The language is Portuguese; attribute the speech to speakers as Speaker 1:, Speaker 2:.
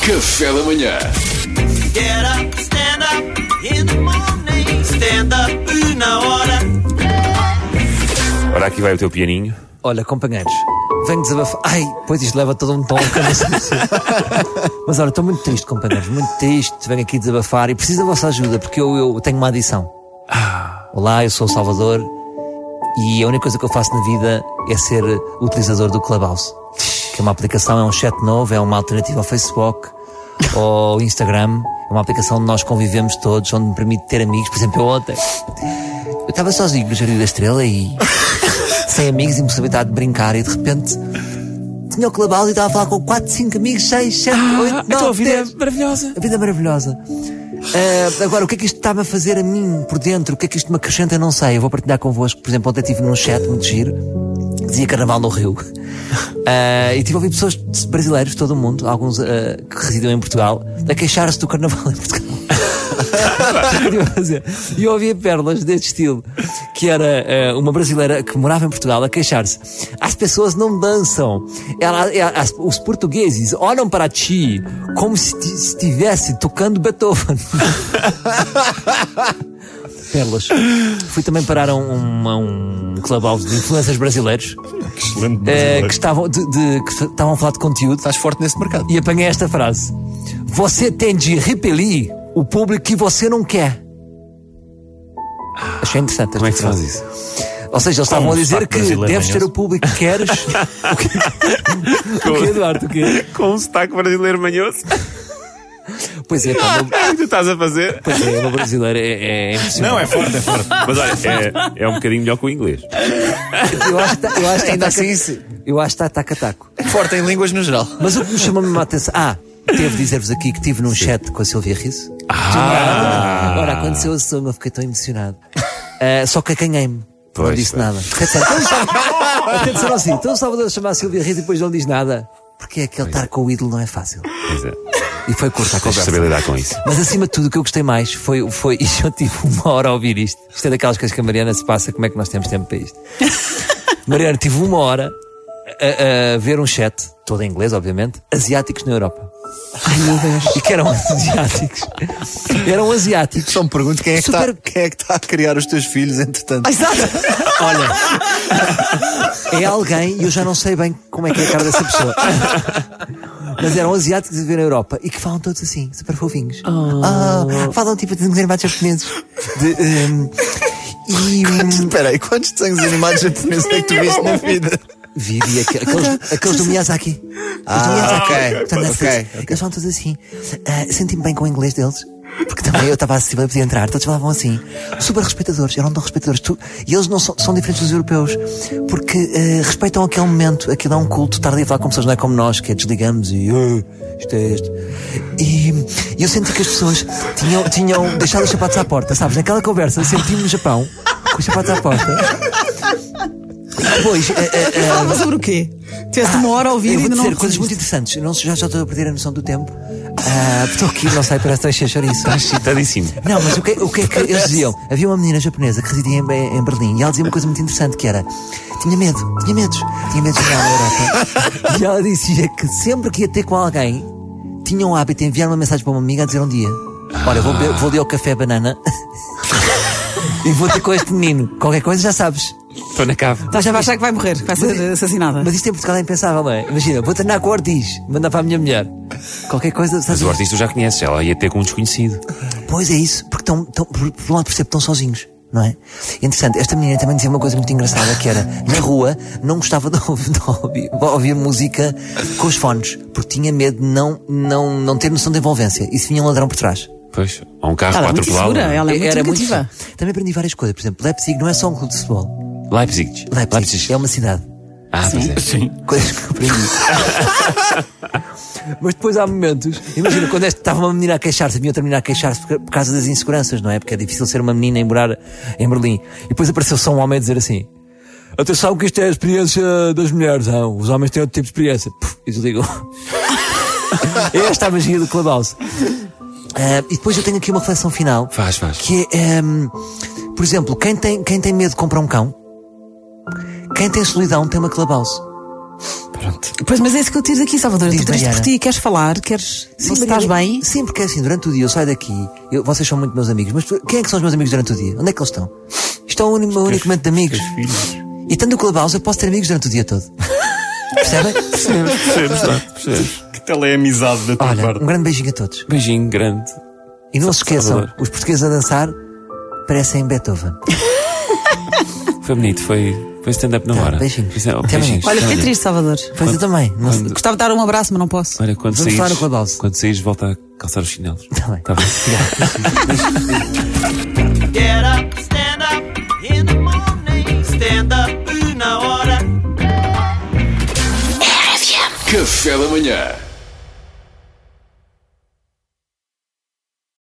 Speaker 1: Café da manhã.
Speaker 2: Get up, stand up in the morning. Stand up na hora.
Speaker 3: Ora, aqui vai o teu pianinho.
Speaker 4: Olha, companheiros, venho desabafar. Ai, pois isto leva todo um tom. que eu não sei se- Mas olha, estou muito triste, companheiros, muito triste. Venho aqui desabafar e preciso da vossa ajuda porque eu, eu tenho uma adição. Olá, eu sou o Salvador e a única coisa que eu faço na vida é ser utilizador do Clubhouse, que é uma aplicação, é um chat novo, é uma alternativa ao Facebook ao Instagram. É uma aplicação onde nós convivemos todos, onde me permite ter amigos. Por exemplo, eu ontem. Eu estava sozinho no Jardim da Estrela e. sem amigos, impossibilidade de brincar e de repente. Tinha o Clubhouse e estava a falar com 4, 5 amigos, 6, 7, 8, 9,
Speaker 3: a tua vida
Speaker 4: 10.
Speaker 3: é maravilhosa.
Speaker 4: A vida é maravilhosa. Ah, agora, o que é que isto estava a fazer a mim por dentro? O que é que isto me acrescenta? Eu não sei. Eu vou partilhar convosco. Por exemplo, ontem estive num chat muito giro que dizia Carnaval no Rio. Ah, e tive a ouvir pessoas de- brasileiros de todo o mundo, alguns ah, que residiam em Portugal, a queixar-se do Carnaval em Portugal. é E eu ouvia pérolas deste estilo, que era eh, uma brasileira que morava em Portugal a queixar-se. As pessoas não dançam. Ela- ela- as- os portugueses olham para ti como se ti- estivesse tocando Beethoven. pérolas. Fui também parar a um, a um clubhouse de influencers brasileiros,
Speaker 3: Excelente
Speaker 4: eh, que, estavam de- de- que estavam a falar de conteúdo
Speaker 5: Estás forte nesse mercado.
Speaker 4: e apanhei esta frase: Você tem de repelir o público que você não quer. Achei interessante.
Speaker 3: Como é que se
Speaker 4: esta
Speaker 3: faz
Speaker 4: frase.
Speaker 3: isso?
Speaker 4: Ou seja, eles estavam a
Speaker 3: um
Speaker 4: dizer
Speaker 3: sotaque
Speaker 4: que
Speaker 3: brasileiro
Speaker 4: deves ter
Speaker 3: manhoso.
Speaker 4: o público que queres. o que, o que Eduardo? O quê?
Speaker 3: Com um sotaque brasileiro manhoso.
Speaker 4: Pois é, pá, o meu,
Speaker 3: É o que tu estás a fazer.
Speaker 4: pois é, o meu brasileiro é, é impressionante.
Speaker 3: é forte, é forte. Mas olha, é, é um bocadinho melhor que o inglês.
Speaker 4: Eu acho que tá- eu acho que
Speaker 5: Ainda
Speaker 4: está
Speaker 5: assim,
Speaker 4: assim.
Speaker 5: se-
Speaker 4: Eu acho que está taca-taco.
Speaker 5: Forte em línguas no geral.
Speaker 4: Mas o que me chamou mesmo a atenção. Ah, devo dizer-vos aqui que estive num chat com a Silvia Riso. Ah! Agora, aconteceu a soma, fiquei tão emocionado. Ah, só que acanhei-me. Não
Speaker 3: Pois,
Speaker 4: disse
Speaker 3: pois.
Speaker 4: nada. Atenção, então, até disseram assim: então o Salvador a chamar a Silvia Riso e depois não diz nada. Porque é aquele estar com o ídolo não é fácil.
Speaker 3: Pois é.
Speaker 4: E foi curta a
Speaker 3: Tens de
Speaker 4: conversa.
Speaker 3: saber lidar com isso.
Speaker 4: Mas acima de tudo, o que eu gostei mais foi. foi e eu tive uma hora a ouvir isto. Isto é daquelas coisas que a Mariana se passa, como é que nós temos tempo para isto? Mariana, tive uma hora a, a ver um chat, todo em inglês, obviamente, asiáticos na Europa. Ai meu Deus. E que eram asiáticos. Eram asiáticos.
Speaker 5: Só me pergunto quem é que está
Speaker 4: Super-
Speaker 5: a criar os teus filhos, entretanto.
Speaker 4: Olha, é alguém, e eu já não sei bem como é que é a cara dessa pessoa. Mas eram asiáticos a viver na Europa e que falam todos assim, super fofinhos. Ah, falam tipo de desenhos animados japoneses. De, ehm, e hum,
Speaker 5: Espera aí, quantos desenhos animados japoneses é que tu viste na vida?
Speaker 4: vi, vi aqu- aqueles, aqueles do Miyazaki. Os do Miyazaki.
Speaker 5: Ah, ok,
Speaker 4: Portanto,
Speaker 5: ok,
Speaker 4: esses-
Speaker 5: ok.
Speaker 4: Eles falam todos assim. Ah, Senti-me bem com o inglês deles. Porque também eu estava acessível e podia entrar. Todos falavam assim. Super respeitadores. Eram tão respeitadores. Tu- e eles não são, são diferentes dos europeus. Porque ah, respeitam aquele momento. Aquilo é um culto. Estar ali a falar com pessoas não é como nós, que é desligamos e. "Ah, isto é isto. E, e eu senti que as pessoas tinham, tinham deixado os sapatos à porta. Sabes? Naquela conversa, senti-me no Japão. Com os sapatos à porta. E depois. ah, ah, ah,
Speaker 6: Falava sobre o quê? Tiveste uma hora a ouvir e
Speaker 4: eu vou
Speaker 6: ainda não
Speaker 4: dizer coisas muito
Speaker 6: reconheceste.
Speaker 4: interessantes. Eu não, já, já estou a perder a noção do tempo. Ah, Estou aqui, não sei, parece que estou a encher chouriço.
Speaker 3: Excitadíssimo.
Speaker 4: Não, mas o que, o que é que eles diziam? Havia uma menina japonesa que residia em, Be- em Berlim e ela dizia uma coisa muito interessante que era tinha medo, tinha medos, tinha medo de chegar à Europa. E ela dizia que sempre que ia ter com alguém, tinha um hábito de enviar uma mensagem para uma amiga a dizer um dia Olha, vou, beber- vou ali ao café banana e vou ter com este menino. Qualquer coisa já sabes.
Speaker 3: Estou na cave.
Speaker 6: Estás a Tá, achar que vai morrer, que vai ser eh, assassinada.
Speaker 4: Mas isto em Portugal é impensável, não é? Imagina, vou treinar com o Ortiz, mandar para a minha mulher. Qualquer coisa, sabes?
Speaker 3: Mas o artista tu já conheces, ela ia ter com um desconhecido.
Speaker 4: Pois é isso, porque estão, estão- por, por um lado percebo que estão sozinhos, não é? E, Interessante, esta menina também dizia uma coisa muito engraçada que era, na rua, não gostava de ouvir, de ouvir- de ouvir música com os fones, porque tinha medo de não, não, não ter noção de envolvência. E se vinha um ladrão por trás.
Speaker 3: Pois, há um carro
Speaker 6: Ela
Speaker 3: para
Speaker 6: é muito
Speaker 3: atropelá-lo.
Speaker 6: segura, ela é muito
Speaker 4: Era
Speaker 6: educativa.
Speaker 4: Também aprendi várias coisas, por exemplo, Leipzig não é só um clube de futebol.
Speaker 3: Leipzig.
Speaker 4: Leipzig, é uma cidade.
Speaker 3: Ah, pois é. Sim.
Speaker 4: coisas que eu aprendi. Mas depois há momentos. Imagina, quando este- estava uma menina a queixar-se, havia outra menina a queixar-se por, por causa das inseguranças, não é? Porque é difícil ser uma menina em, morar em Berlim. E depois apareceu só um homem a dizer assim: Atenção, que isto é a experiência das mulheres, não. os homens têm outro tipo de experiência. Puf, e desligam. Esta é a magia do Clubhouse. Ah, e depois eu tenho aqui uma reflexão final
Speaker 3: Faz, faz.
Speaker 4: que é, hum, por exemplo, quem tem, quem tem medo de comprar um cão, quem tem solidão tem uma clubhouse.
Speaker 3: Pronto.
Speaker 6: Pois, mas é isso que eu tiro daqui, Salvador. Eu
Speaker 4: Diz,
Speaker 6: Estou triste
Speaker 4: Mariana.
Speaker 6: por ti, queres falar, queres. Sim, se
Speaker 4: Mariana,
Speaker 6: estás bem.
Speaker 4: Sim, porque é assim, durante o dia eu saio daqui, eu- vocês são muito meus amigos, mas tu- quem é que são os meus amigos durante o dia? Onde é que eles estão? Isto é um único, unicamente de amigos.
Speaker 3: Teus filhos.
Speaker 4: E tanto o Clubhouse, eu posso ter amigos durante o dia todo. Percebem?
Speaker 3: Percebes, não? Percebes?
Speaker 1: Que tal é a amizade da tua
Speaker 4: Olha,
Speaker 1: parte?
Speaker 4: um grande beijinho a todos.
Speaker 3: Beijinho grande.
Speaker 4: E não se esqueçam,
Speaker 3: Salvador.
Speaker 4: os portugueses a dançar parecem Beethoven.
Speaker 3: Foi bonito, foi, foi stand-up na
Speaker 4: Tá,
Speaker 3: hora.
Speaker 4: beijinhos.
Speaker 3: Pois é, oh,
Speaker 4: Até amanhã.
Speaker 3: beijinhos.
Speaker 6: Olha, fiquei triste, Salvador.
Speaker 4: Pois eu também. Não sei.
Speaker 6: Gostava de dar um abraço, mas não posso.
Speaker 3: Olha, quando
Speaker 4: Vamos falar no
Speaker 3: saís,
Speaker 4: Clubhouse.
Speaker 3: quando saís, volta a calçar os chinelos.
Speaker 4: Tá bem.
Speaker 3: Tá bem.
Speaker 2: Get up, stand up in the morning. Stand up una hora.
Speaker 7: Café da manhã.